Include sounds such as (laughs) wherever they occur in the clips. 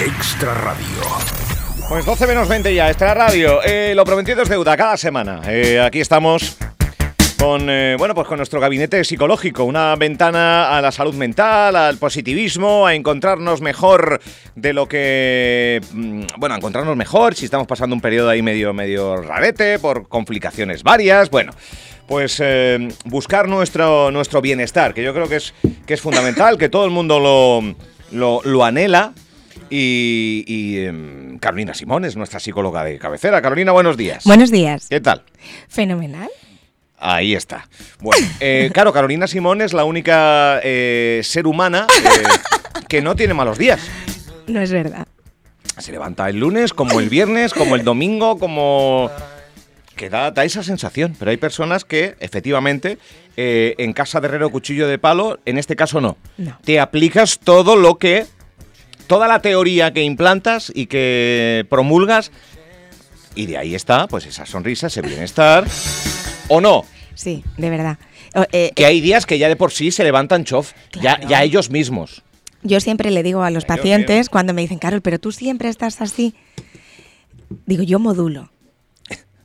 Extra Radio. Pues 12 menos 20 ya, Extra Radio. Eh, lo prometido es deuda cada semana. Eh, aquí estamos con, eh, bueno, pues con nuestro gabinete psicológico, una ventana a la salud mental, al positivismo, a encontrarnos mejor de lo que, mm, bueno, a encontrarnos mejor si estamos pasando un periodo ahí medio, medio rarete por complicaciones varias, bueno. Pues eh, buscar nuestro, nuestro bienestar, que yo creo que es, que es fundamental, que todo el mundo lo, lo, lo anhela. Y, y, em, Carolina Simones, nuestra psicóloga de cabecera. Carolina, buenos días. Buenos días. ¿Qué tal? Fenomenal. Ahí está. Bueno, eh, claro, Carolina Simón es la única eh, ser humana eh, que no tiene malos días. No es verdad. Se levanta el lunes, como el viernes, como el domingo, como... Que da, da esa sensación, pero hay personas que efectivamente eh, en casa de herrero cuchillo de palo, en este caso no. No. Te aplicas todo lo que, toda la teoría que implantas y que promulgas y de ahí está pues esa sonrisa, ese bienestar. ¿O no? Sí, de verdad. O- eh, que hay días que ya de por sí se levantan chof, ya, Claro. ya ellos mismos. yo siempre le digo a los Ay, Dios pacientes cuando me dicen, Carol, pero tú siempre estás así. Digo, (laughs) yo modulo.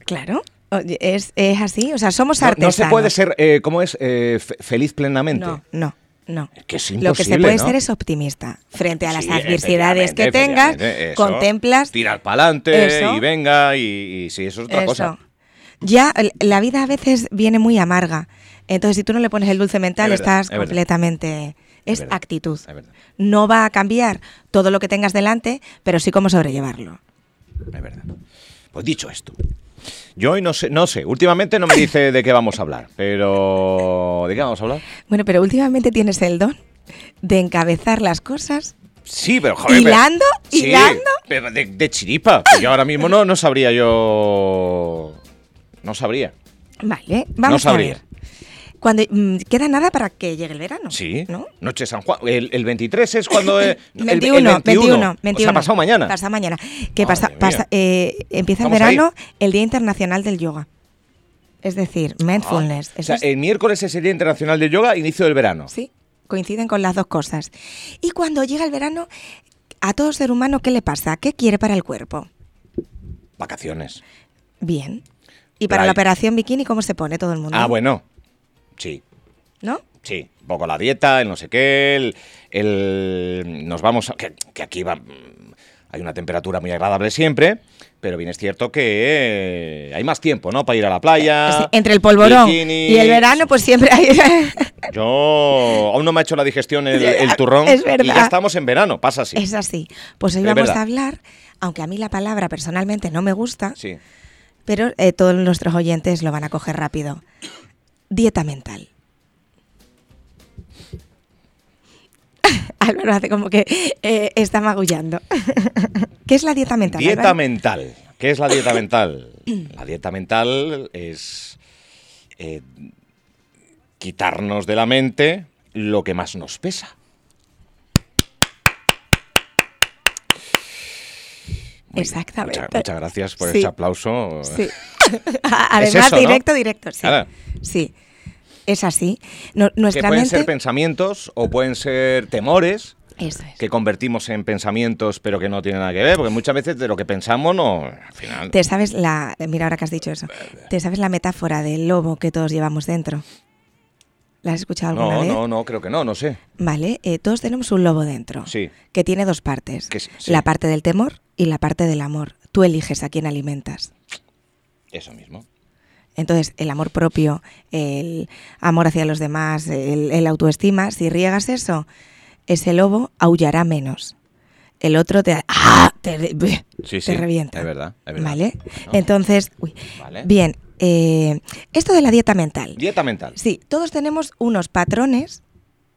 Claro. Oye, Es, es así. O sea, somos No, no artesanos. se puede ser, eh, ¿cómo es? Eh, fe- feliz plenamente. No, no, no. Que es Lo que se imposible, puede ¿no? ser es optimista. Frente a las Sí, adversidades que efectivamente, tengas, efectivamente, eso. contemplas Tirar para adelante Eso. y venga, y, y sí, eso es otra cosa. Eso. Ya el- la vida a veces viene muy amarga. Entonces, si tú no le pones el dulce mental, Es verdad, estás es verdad. completamente. Es Es, verdad, actitud. es verdad. No va a cambiar todo lo que tengas delante, pero sí cómo sobrellevarlo. Es verdad. Pues dicho esto, yo hoy no sé, no sé, últimamente no me dice de qué vamos a hablar, pero ¿de qué vamos a hablar? Bueno, pero últimamente tienes el don de encabezar las cosas. Sí, pero joder. pero- ¿Hilando? Sí, ¿Hilando? Pero de, de chiripa. que Yo ahora mismo no, no sabría yo. No sabría. Vale, vamos a sabría. ver. Cuando mm, queda nada para que llegue el verano. Sí. ¿no? Noche de San Juan. El, el 23 es cuando. (laughs) eh, el- el 21, 21, 21, O sea, pasado mañana. Pasado mañana. Que Madre pasa, mía. pasa- eh, empieza el Estamos ahí. verano el Día Internacional del Yoga. Es decir, Ah, mindfulness. O Eso sea, es- el miércoles es el Día Internacional de Yoga, inicio del verano. Sí, coinciden con las dos cosas. Y cuando llega el verano, a todo ser humano, ¿qué le pasa? ¿Qué quiere para el cuerpo? Vacaciones. Bien. Y para Playa. la operación bikini, ¿cómo se pone todo el mundo? Ah, bueno. Sí. ¿No? Sí, un poco la dieta, el no sé qué, el, el- nos vamos a, que, que aquí va, mm, hay una temperatura muy agradable siempre, pero bien es cierto que eh, hay más tiempo, ¿no? Para ir a la playa. Así, Eh, Pues entre el polvorón Ah, bikini. y el verano, pues siempre hay... Yo aún no me ha hecho la digestión (laughs) el, el turrón. Es verdad. Y ya estamos en verano, pasa así. (laughs) es así. Pues hoy Es vamos verdad. a hablar, aunque a mí la palabra personalmente no me gusta, Sí. pero eh, todos nuestros oyentes lo van a coger rápido. Dieta mental. (laughs) Álvaro hace como que eh, está magullando. (laughs) ¿Qué es la dieta mental? Dieta Álvaro? mental. ¿Qué es la dieta mental? La dieta mental es eh, quitarnos de la mente lo que más nos pesa. Muy bien. Exactamente. Mucha- muchas gracias por Sí. ese aplauso. Sí. (laughs) (laughs) Además, eso, ¿no? directo, directo, sí. Claro. Sí. Es así. No- Que nuestra pueden mente. ser pensamientos o pueden ser temores Eso es. que convertimos en pensamientos pero que no tienen nada que ver, porque muchas veces de lo que pensamos no... Al final... Te sabes la. Mira, ahora que has dicho eso. Te sabes la metáfora del lobo que todos llevamos dentro. ¿La has escuchado alguna No, vez? no, no, creo que no, no sé. Vale, eh, todos tenemos un lobo dentro. Sí. Que tiene dos partes. Que sí, sí. La parte del temor y la parte del amor. Tú eliges a quién alimentas. Eso mismo. Entonces, el amor propio, el amor hacia los demás, el, el autoestima, si riegas eso, ese lobo aullará menos. El otro te, ¡Ah! te, (laughs) re- te Sí, sí, revienta. es verdad, es verdad. ¿Vale? No. Entonces, uy, Vale. bien, eh, esto de la dieta mental. Dieta mental. Sí, todos tenemos unos patrones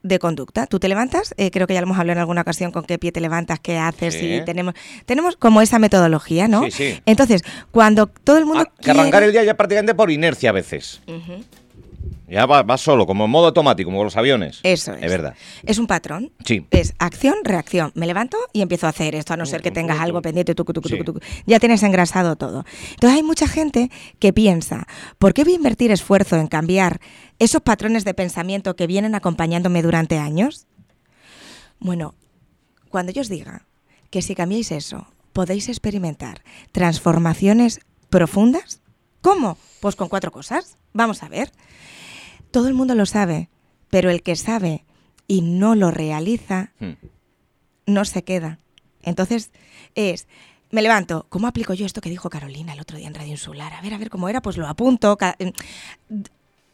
de conducta. Tú te levantas, eh, creo que ya lo hemos hablado en alguna ocasión con qué pie te levantas, qué haces Sí. y tenemos tenemos como esa metodología, ¿no? Sí, sí. Entonces, cuando todo el mundo Ah, que arrancar quiere- el día ya prácticamente por inercia a veces. Ujú. Ya va, va solo, como en modo automático, como los aviones. Eso es. Eh, Es verdad. Es un patrón. Sí. Es acción, reacción. Me levanto y empiezo a hacer esto, a no ser que tum, tengas tum, algo tum. pendiente. tucu, tucu, Sí. tucu, tucu. Ya tienes engrasado todo. Entonces hay mucha gente que piensa, ¿por qué voy a invertir esfuerzo en cambiar esos patrones de pensamiento que vienen acompañándome durante años? Bueno, cuando yo os diga que si cambiáis eso, podéis experimentar transformaciones profundas. ¿Cómo? Pues con cuatro cosas. Vamos a ver. Todo el mundo lo sabe, pero el que sabe y no lo realiza, Hmm. no se queda. Entonces, es, me levanto, ¿cómo aplico yo esto que dijo Carolina el otro día en Radio Insular? A ver, a ver cómo era, pues lo apunto, ca- em,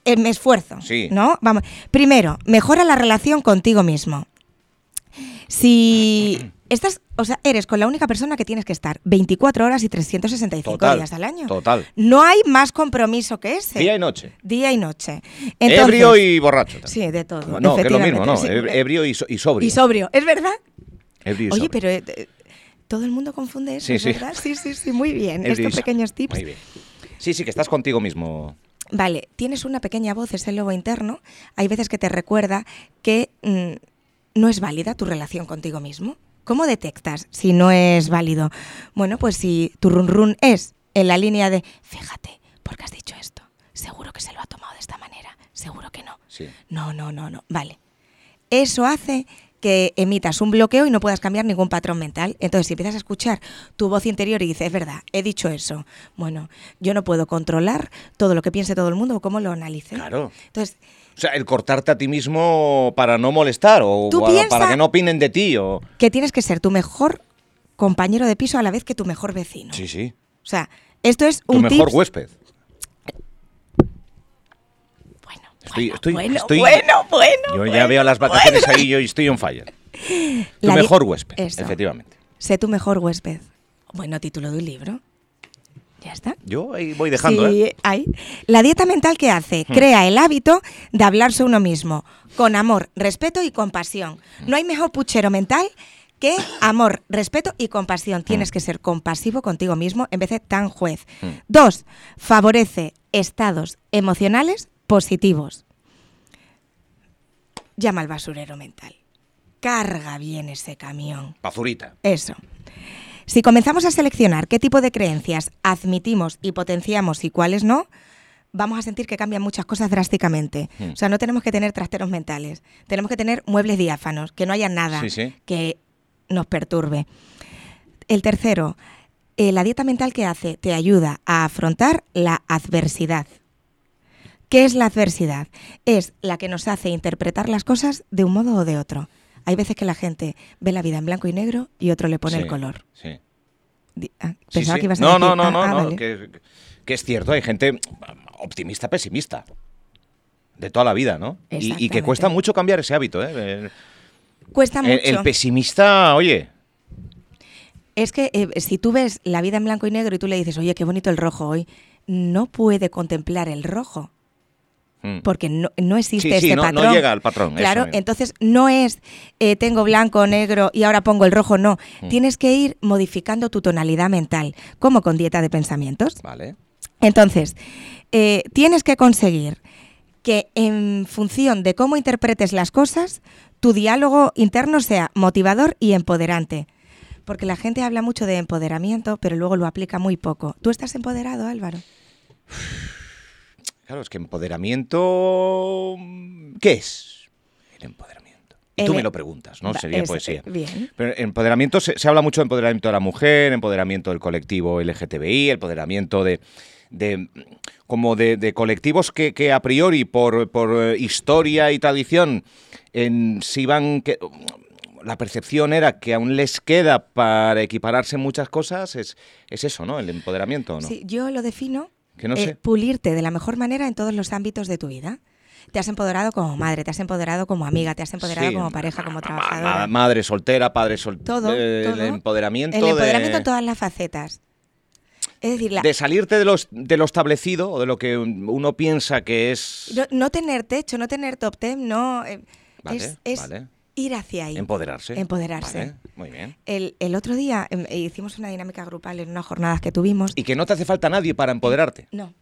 eh, me esfuerzo, Sí. ¿no? Vamos. Primero, mejora la relación contigo mismo. (clears throat) Si estás, o sea, eres con la única persona que tienes que estar 24 horas y 365 Total, días al año. total. No hay más compromiso que ese. Día y noche. Día y noche. ebrio Entonces- y borracho. también. Sí, de todo. No, que es lo mismo, no. efectivamente, sí. eb- Ebrio y, so- y sobrio. Y sobrio, es verdad. Ebrio y Oye, sobrio. pero eh, eh, todo el mundo confunde eso, Sí, ¿es sí. ¿verdad? Sí, sí, (laughs) sí, muy bien. Ebrio y Estos sobrio. pequeños tips. Muy bien. Sí, sí, que estás contigo mismo. Vale, tienes una pequeña voz, es el lobo interno. Hay veces que te recuerda que mm, no es válida tu relación contigo mismo. ¿Cómo detectas si no es válido? Bueno, pues si tu run run es en la línea de, fíjate, porque has dicho esto? Seguro que se lo ha tomado de esta manera, seguro que no. Sí. No, no, no, no. Vale. Eso hace que emitas un bloqueo y no puedas cambiar ningún patrón mental. Entonces, si empiezas a escuchar tu voz interior y dices, es verdad, he dicho eso. Bueno, yo no puedo controlar todo lo que piense todo el mundo o cómo lo analice. Claro. Entonces, O sea, el cortarte a ti mismo para no molestar o Tú para, piensa- para que no opinen de ti o... que tienes que ser tu mejor compañero de piso a la vez que tu mejor vecino. Sí, sí. O sea, esto es Tu un mejor tips- huésped. Bueno, Estoy- bueno, estoy- bueno, estoy- bueno, bueno, Yo ya bueno, veo las bueno. vacaciones ahí y yo estoy on fire. Tu La vi- mejor huésped, Eso. efectivamente. Sé tu mejor huésped. Bueno, título de un libro. Ya está. Yo ahí voy dejando, Sí, ¿eh? Hmm. ahí. La dieta mental que hace, crea el hábito de hablarse uno mismo, con amor, respeto y compasión. No hay mejor puchero mental que amor, respeto y compasión. Hmm. Tienes que ser compasivo contigo mismo en vez de tan juez. Dos, favorece estados emocionales positivos. Llama al basurero mental. Carga bien ese camión. Pazurita. Eso. Si comenzamos a seleccionar qué tipo de creencias admitimos y potenciamos y cuáles no, vamos a sentir que cambian muchas cosas drásticamente. Hmm. O sea, no tenemos que tener trasteros mentales, tenemos que tener muebles diáfanos, que no haya nada Sí, sí. que nos perturbe. El tercero, eh, la dieta mental que hace te ayuda a afrontar la adversidad. ¿Qué es la adversidad? Es la que nos hace interpretar las cosas de un modo o de otro. Hay veces que la gente ve la vida en blanco y negro y otro le pone Sí, el color. Sí. Di- ah, Sí, Pensaba sí. que ibas a no, decir- no, no, ah, no, ah, no, vale. que, que es cierto, hay gente optimista, pesimista. De toda la vida, ¿no? Y- Y, que Exactamente. cuesta mucho cambiar ese hábito, ¿eh? Cuesta El, mucho. el- el pesimista, oye, Es que eh, si tú ves la vida en blanco y negro y tú le dices, oye, qué bonito el rojo hoy, no puede contemplar el rojo. mm, porque no, no existe Sí, sí, este no- no patrón. llega al patrón, eso Claro, mismo. entonces no es eh, tengo blanco, negro y ahora pongo el rojo, no. Mm. Tienes que ir modificando tu tonalidad mental, como con dieta de pensamientos. vale. Entonces, eh, tienes que conseguir que en función de cómo interpretes las cosas, tu diálogo interno sea motivador y empoderante. Porque la gente habla mucho de empoderamiento, pero luego lo aplica muy poco. ¿Tú estás empoderado, Álvaro? Claro, es que empoderamiento. mm, ¿Qué es el empoderamiento? Y tú El- me lo preguntas, ¿no? Va, Sería es- eh, poesía. Bien. Pero empoderamiento, se, se habla mucho de empoderamiento de la mujer, empoderamiento del colectivo LGTBI, empoderamiento de. de como de, de colectivos que, que a priori, por, por eh, historia y tradición, en, se iban. que- la percepción era que aún les queda para equipararse en muchas cosas, es, es eso, ¿no? El empoderamiento, ¿o ¿no? Sí, yo lo defino Que no eh, sé. pulirte de la mejor manera en todos los ámbitos de tu vida. Te has empoderado como madre, te has empoderado como amiga, te has empoderado Sí, como pareja, Ma- ma- como trabajadora. madre soltera, padre soltero. todo, El todo. empoderamiento. El de, empoderamiento en todas las facetas. Es decir, la- de salirte de, los, de lo establecido o de lo que uno piensa que es no, no tener techo, no tener top ten, no. eh, Vale, es es vale. ir hacia ahí. empoderarse. Empoderarse. Vale, muy bien. El, el otro día em, eh, hicimos una dinámica grupal en unas jornadas que tuvimos. Y que no te hace falta nadie para empoderarte. No.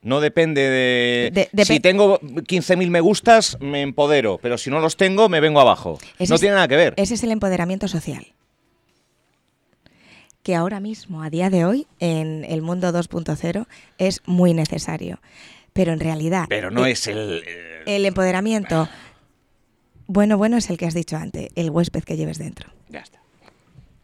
No depende de... De- depe- si tengo 15.000 me gustas, me empodero. Pero si no los tengo, me vengo abajo. Ese no es- tiene nada que ver. Ese es el empoderamiento social. Que ahora mismo, a día de hoy, en el mundo 2.0, es muy necesario. Pero en realidad. Pero no eh, es el... eh, El empoderamiento. Bueno, bueno, es el que has dicho antes, el huésped que lleves dentro. ya está.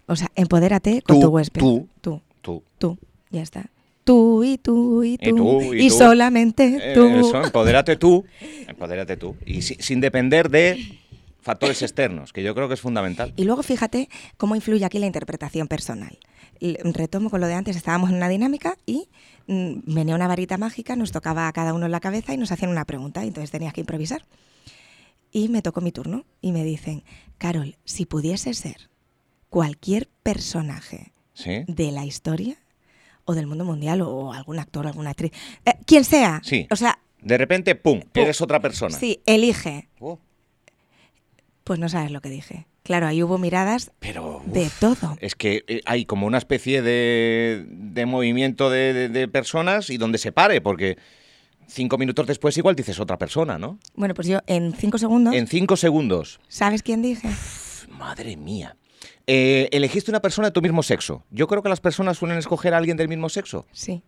O sea, empodérate con Tú, tu huésped. tú. Tú, Tú. tú, ya está. Tú y tú y tú. Y tú, y tú. solamente Eh, tú. eso, empodérate tú. Empodérate tú. Y si- sin depender de factores externos, que yo creo que es fundamental. Y luego fíjate cómo influye aquí la interpretación personal. L- Retomo con lo de antes, estábamos en una dinámica y mm, venía una varita mágica, nos tocaba a cada uno en la cabeza y nos hacían una pregunta, y entonces tenías que improvisar. Y me tocó mi turno y me dicen, Carol, si pudiese ser cualquier personaje ¿Sí? de la historia o del mundo mundial o algún actor, alguna actriz, eh, quien sea, Sí. o sea, De repente, ¡pum! Eres otra persona. sí, elige, Oh, pues no sabes lo que dije. Claro, ahí hubo miradas pero. uf, de todo. Es que eh, hay como una especie de, de movimiento de, de- de personas y donde se pare, porque cinco minutos después igual dices otra persona, ¿no? Bueno, pues yo en cinco segundos... En cinco segundos. ¿Sabes quién dije? Pf, Madre mía. Eh, elegiste una persona de tu mismo sexo. Yo creo que las personas suelen escoger a alguien del mismo sexo. Sí.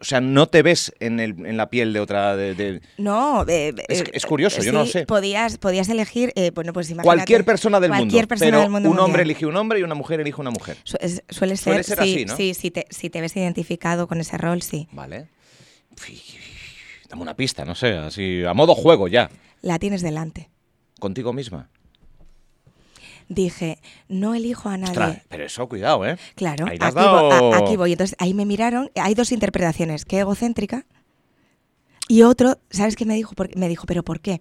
O sea, no te ves en, el- en la piel de otra. de- de- No, eh, eh, Es- es curioso, yo sí, no lo sé. Podías, podías elegir, eh, bueno, pues imagínate, Cualquier persona del cualquier mundo. persona pero del mundo un hombre mundial. elige un hombre y una mujer elige una mujer. Su- es- suele Suele ser, ser sí, así, ¿no? sí, si te, si te ves identificado con ese rol, sí. Vale. Pf, Dame una pista, no sé, así a modo juego ya. La tienes delante. Contigo misma. Dije, no elijo a nadie. Ostras, pero eso, cuidado, ¿eh? Claro, Ahí aquí, te has vo- dado- a- aquí voy. Entonces ahí me miraron. Hay dos interpretaciones, que egocéntrica y otro, ¿sabes qué me dijo? Por- me dijo, pero ¿por qué?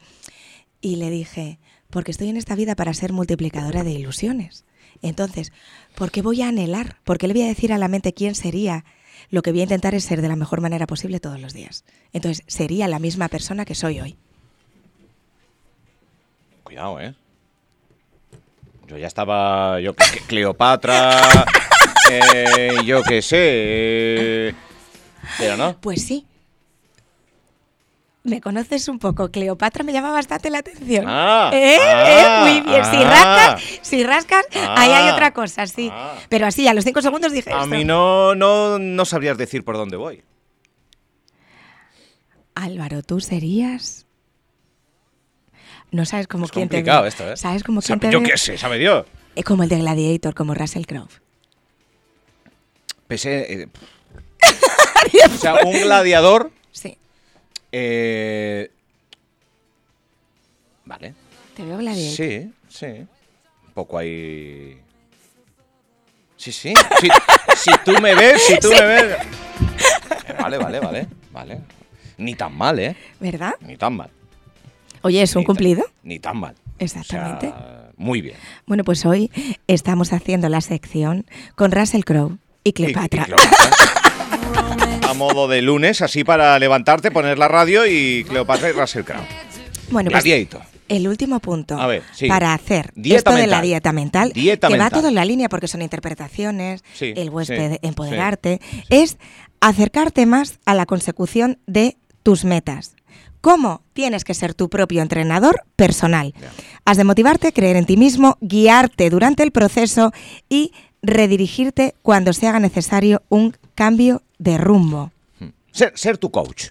Y le dije, porque estoy en esta vida para ser multiplicadora de ilusiones. Entonces, ¿por qué voy a anhelar? ¿Por qué le voy a decir a la mente quién sería? Lo que voy a intentar es ser de la mejor manera posible todos los días. Entonces, sería la misma persona que soy hoy. Cuidado, ¿eh? Yo ya estaba, yo, que- que Cleopatra, (laughs) eh, yo qué sé, eh, pero no. Pues sí. Me conoces un poco. Cleopatra me llama bastante la atención. Ah, ¿Eh? ah, ¿Eh? Muy bien. si ah. rascas, si rascas, Ah, ahí hay otra cosa, sí. ah. Pero así, a los cinco segundos dije. A esto. mí no, no, no sabrías decir por dónde voy. Álvaro, tú serías. No sabes cómo Es quién te complicado ve. esto, ¿eh? Sabes cómo quién Sabe- te Yo ve? qué sé, sabe Dios. Eh, Como el de Gladiator, como (laughs) Russell Crowe. Pensé, eh, o sea, un gladiador. Sí. eh, vale. Te veo Gladiator. Sí, sí. Un poco ahí. Sí, sí. Si, si tú me ves, si tú me ves. Eh, Vale, vale, vale, vale. Ni tan mal, ¿eh? ¿Verdad? Ni tan mal. Oye, es un Ni ta- cumplido. Ni tan mal. Exactamente. O sea, muy bien. Bueno, pues hoy estamos haciendo la sección con Russell Crowe Y- y y Cleopatra. Cleopatra. A modo de lunes, así para levantarte, poner la radio y Cleopatra y Russell Crowe. Bueno, pues Gladiator. el último punto A ver, sí. para hacer Dieta esto de la mental. dieta mental, Dieta que mental. va todo en la línea porque son interpretaciones, Sí, el huésped sí, empoderarte, es acercarte más a la consecución de tus metas. ¿Cómo tienes que ser tu propio entrenador personal? Ya. Has de motivarte, creer en ti mismo, guiarte durante el proceso y redirigirte cuando se haga necesario un cambio de rumbo. Hmm. Ser, ser tu coach.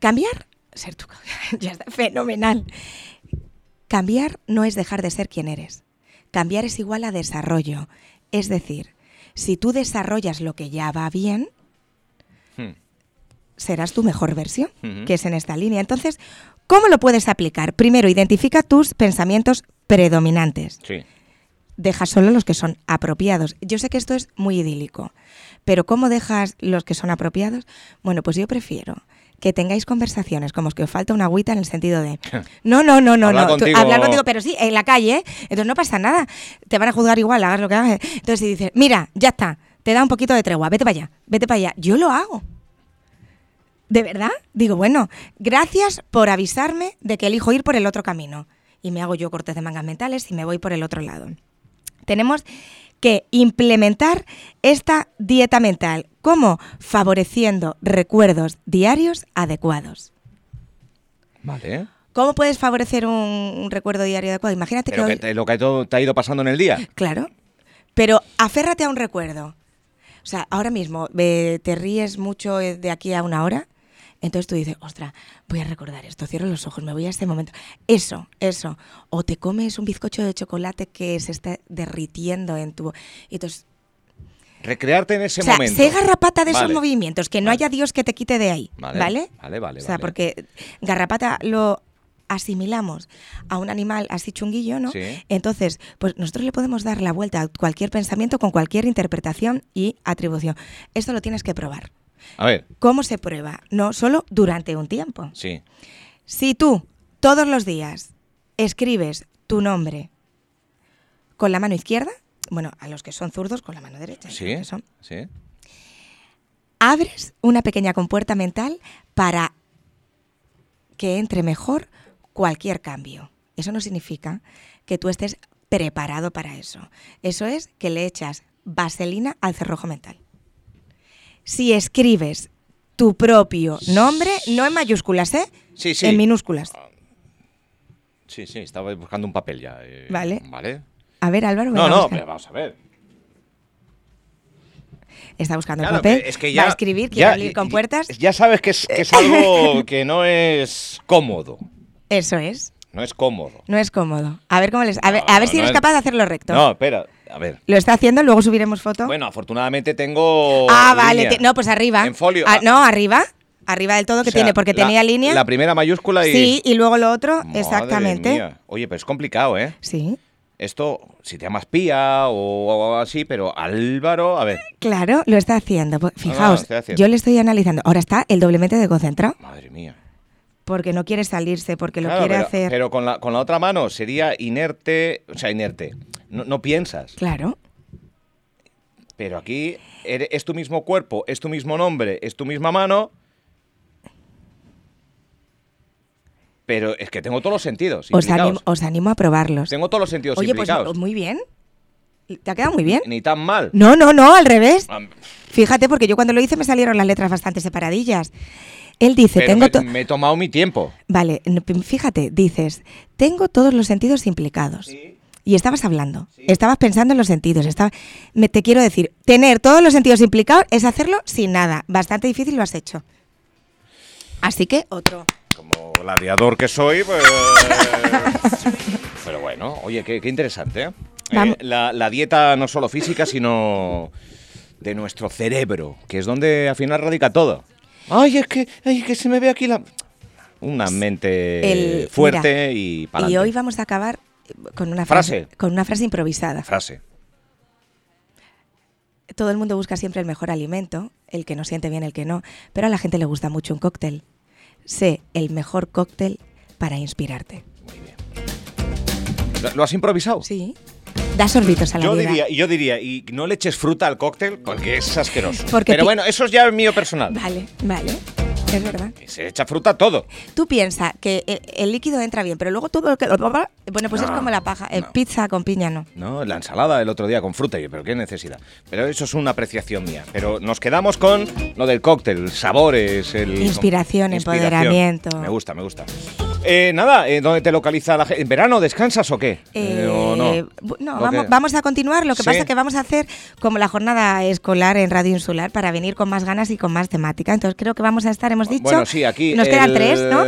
Cambiar, ser tú, (laughs) ya está, fenomenal. Cambiar no es dejar de ser quien eres. Cambiar es igual a desarrollo. Es decir, si tú desarrollas lo que ya va bien, Hmm. serás tu mejor versión, Ujú. que es en esta línea. Entonces, ¿cómo lo puedes aplicar? Primero, identifica tus pensamientos predominantes. Sí. Deja solo los que son apropiados. Yo sé que esto es muy idílico, pero ¿cómo dejas los que son apropiados? Bueno, pues yo prefiero que tengáis conversaciones como que os falta una agüita en el sentido de no, no, no, no, Hablar no, tú- contigo- hablar contigo, pero sí, en la calle, ¿eh? entonces no pasa nada, te van a juzgar igual, hagas lo que hagas. Entonces si dices, mira, ya está, te da un poquito de tregua, vete para allá, vete para allá, yo lo hago. ¿De verdad? Digo, bueno, gracias por avisarme de que elijo ir por el otro camino. Y me hago yo cortes de mangas mentales y me voy por el otro lado. Tenemos que implementar esta dieta mental. ¿Cómo? Favoreciendo recuerdos diarios adecuados. Vale. ¿Cómo puedes favorecer un, un recuerdo diario adecuado? Imagínate Pero que que hoy- te- lo que to- te ha ido pasando en el día. Claro. Pero aférrate a un recuerdo. O sea, ahora mismo eh, te ríes mucho eh, de aquí a una hora. Entonces tú dices, ostra, voy a recordar esto, cierro los ojos, me voy a este momento. Eso, eso. O te comes un bizcocho de chocolate que se está derritiendo en tu... Y entonces Recrearte en ese o sea, este momento. sé garrapata de Vale. esos movimientos, que no Vale. haya Dios que te quite de ahí, Vale, ¿vale? vale, vale, O sea, vale. porque garrapata lo asimilamos a un animal así chunguillo, ¿no? Sí. Entonces, pues nosotros le podemos dar la vuelta a cualquier pensamiento con cualquier interpretación y atribución. Esto lo tienes que probar. A ver, ¿Cómo se prueba? No solo durante un tiempo. sí. Si tú todos los días escribes tu nombre con la mano izquierda, bueno, a los que son zurdos con la mano derecha, Sí. creo que son, Sí. abres una pequeña compuerta mental para que entre mejor cualquier cambio. Eso no significa que tú estés preparado para eso. Eso es que le echas vaselina al cerrojo mental. Si escribes tu propio nombre, no en mayúsculas, ¿eh? Sí, sí. En minúsculas. Sí, sí, estaba buscando un papel ya. eh, Vale. Vale. A ver, Álvaro, ven No, a no, buscar. pero vamos a ver. está buscando Claro, el papel. es que va ya- a escribir, ya- quiere abrir con puertas. Ya sabes que es, que es algo que no es cómodo. Eso es. No es cómodo. No es cómodo. A ver cómo les. A ver, a No, ver si no eres es- capaz de hacerlo recto. No, espera, a ver. Lo está haciendo, luego subiremos foto. Bueno, afortunadamente tengo. Ah, vale. línea. ti- No, pues arriba. En folio. Ah, Ah, no, arriba. Arriba del todo o que sea, tiene, porque la- tenía línea. La primera mayúscula y. Sí, y luego lo otro, Madre exactamente. mía. Oye, pero es complicado, ¿eh? Sí, Esto, si te llamas Pía o, o así, pero Álvaro, a ver. claro, lo está haciendo. Pues, no, lo Fijaos, estoy haciendo. yo le estoy analizando. Ahora está el doblemente de concentrado, Madre mía. porque no quiere salirse, porque lo Claro, quiere pero, hacer. pero con la, con la otra mano sería inerte, o sea, inerte. No, no piensas. Claro, Pero aquí ere- es tu mismo cuerpo, es tu mismo nombre, es tu misma mano. Pero es que tengo todos los sentidos. os implicados. animo, os animo a probarlos. Tengo todos los sentidos Oye, pues implicados. muy bien. ¿Te ha quedado muy bien? Ni Ah. tan mal. No, no, no, al revés. Am- Fíjate, porque yo cuando lo hice me salieron las letras bastante separadillas. Él dice, pero tengo... me, to- me he tomado mi tiempo. Vale, no, p- fíjate, dices, tengo todos los sentidos implicados. Y estabas hablando, estabas pensando en los sentidos. Estaba, me, te quiero decir, tener todos los sentidos implicados es hacerlo sin nada. Bastante difícil lo has hecho. Así que otro. Como gladiador que soy, pues. pero bueno, oye, qué, qué interesante. ¿eh? Vamos. Eh, la, la dieta no solo física, sino de nuestro cerebro, que es donde al final radica todo. Ay, es que, ay, que se me ve aquí la. Una mente El- Eh, fuerte mira, y para Y hoy vamos a acabar eh, con una frase, Frase. con una frase improvisada. Frase. Todo el mundo busca siempre el mejor alimento, el que no siente bien, el que no, pero a la gente le gusta mucho un cóctel. Sé el mejor cóctel para inspirarte. Muy bien. ¿Lo, lo has improvisado? Sí. Da sorbitos a la Yo vida. diría, yo diría, y no le eches fruta al cóctel porque es asqueroso. Porque Pero pi- bueno, eso es ya mío personal. Vale, vale. Es verdad. Que Se echa fruta a todo. Tú piensas que eh, el líquido entra bien, pero luego todo lo que... Bueno, pues es No, como la paja. eh, no. Pizza con piña no. No, la ensalada el otro día con fruta, y yo, pero qué necesidad. Pero eso es una apreciación mía. Pero nos quedamos con lo del cóctel, sabores, el... Inspiración, empoderamiento. Me gusta, me gusta. Eh, nada, eh, ¿dónde te localiza la gente? ¿En verano descansas o qué? Eh, ¿o no? Eh, bu- no, ¿O vamos, qué? vamos a continuar. Lo que Sí. pasa que vamos a hacer como la jornada escolar en Radio Insular para venir con más ganas y con más temática. Entonces creo que vamos a estar, hemos dicho. Ah, Bueno, sí, aquí... Nos quedan el- tres, ¿no?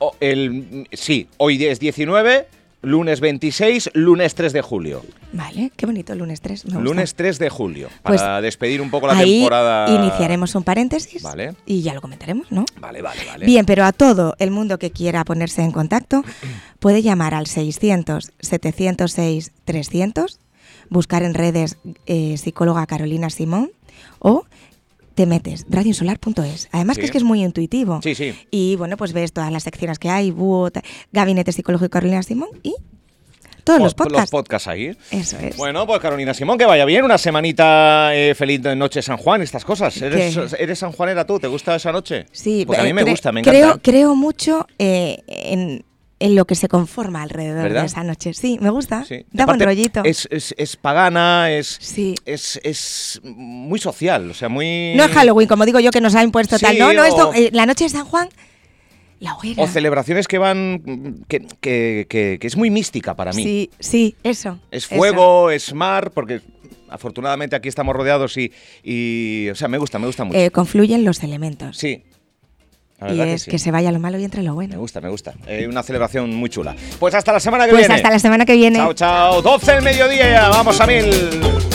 o- el- sí, hoy es 19, lunes 26, lunes 3 de julio. Vale, qué bonito, lunes 3. Lunes 3 de julio, Pues para despedir un poco la Ahí temporada... iniciaremos un paréntesis Vale. y ya lo comentaremos, ¿no? Vale, vale, vale. Bien, pero a todo el mundo que quiera ponerse en contacto (clears throat) puede llamar al 600-706-300, buscar en redes eh, psicóloga Carolina Simón o te metes, radioinsular.es. Además Sí. que es que es muy intuitivo. Sí, sí. Y bueno, pues ves todas las secciones que hay, búho, ta- gabinete psicológico Carolina Simón y todos los Po- podcasts. ahí. Eso es. Bueno, pues Carolina Simón, que vaya bien. Una semanita eh, feliz de noche San Juan, estas cosas. ¿Eres, ¿Qué? eres sanjuanera tú? ¿Te gusta esa noche? Sí, Pues a eh, mí me cre- gusta, me creo, encanta. Creo mucho eh, en, en lo que se conforma alrededor ¿Verdad? de esa noche. Sí, me gusta. Sí. Da Aparte, buen rollito. Es, es- es pagana, es, Sí. es, es muy social, o sea, muy... no es Halloween, como digo yo, que nos ha impuesto eh, Sí, tal. No, no, o- esto, eh, la noche de San Juan, la hoguera. O celebraciones que van... mm, que, que- que- que es muy mística para mí. Sí, sí, eso. Es eso. fuego, es mar, porque afortunadamente aquí estamos rodeados y, y... O sea, me gusta, me gusta mucho. Eh, confluyen los elementos. Sí. La y verdad que es sí. que se vaya lo malo y entre lo Me bueno. gusta, me gusta. Eh, una celebración muy chula. Pues hasta la semana que Pues viene. hasta la semana que viene. Chao, chao. 12 del mediodía. Vamos a mil.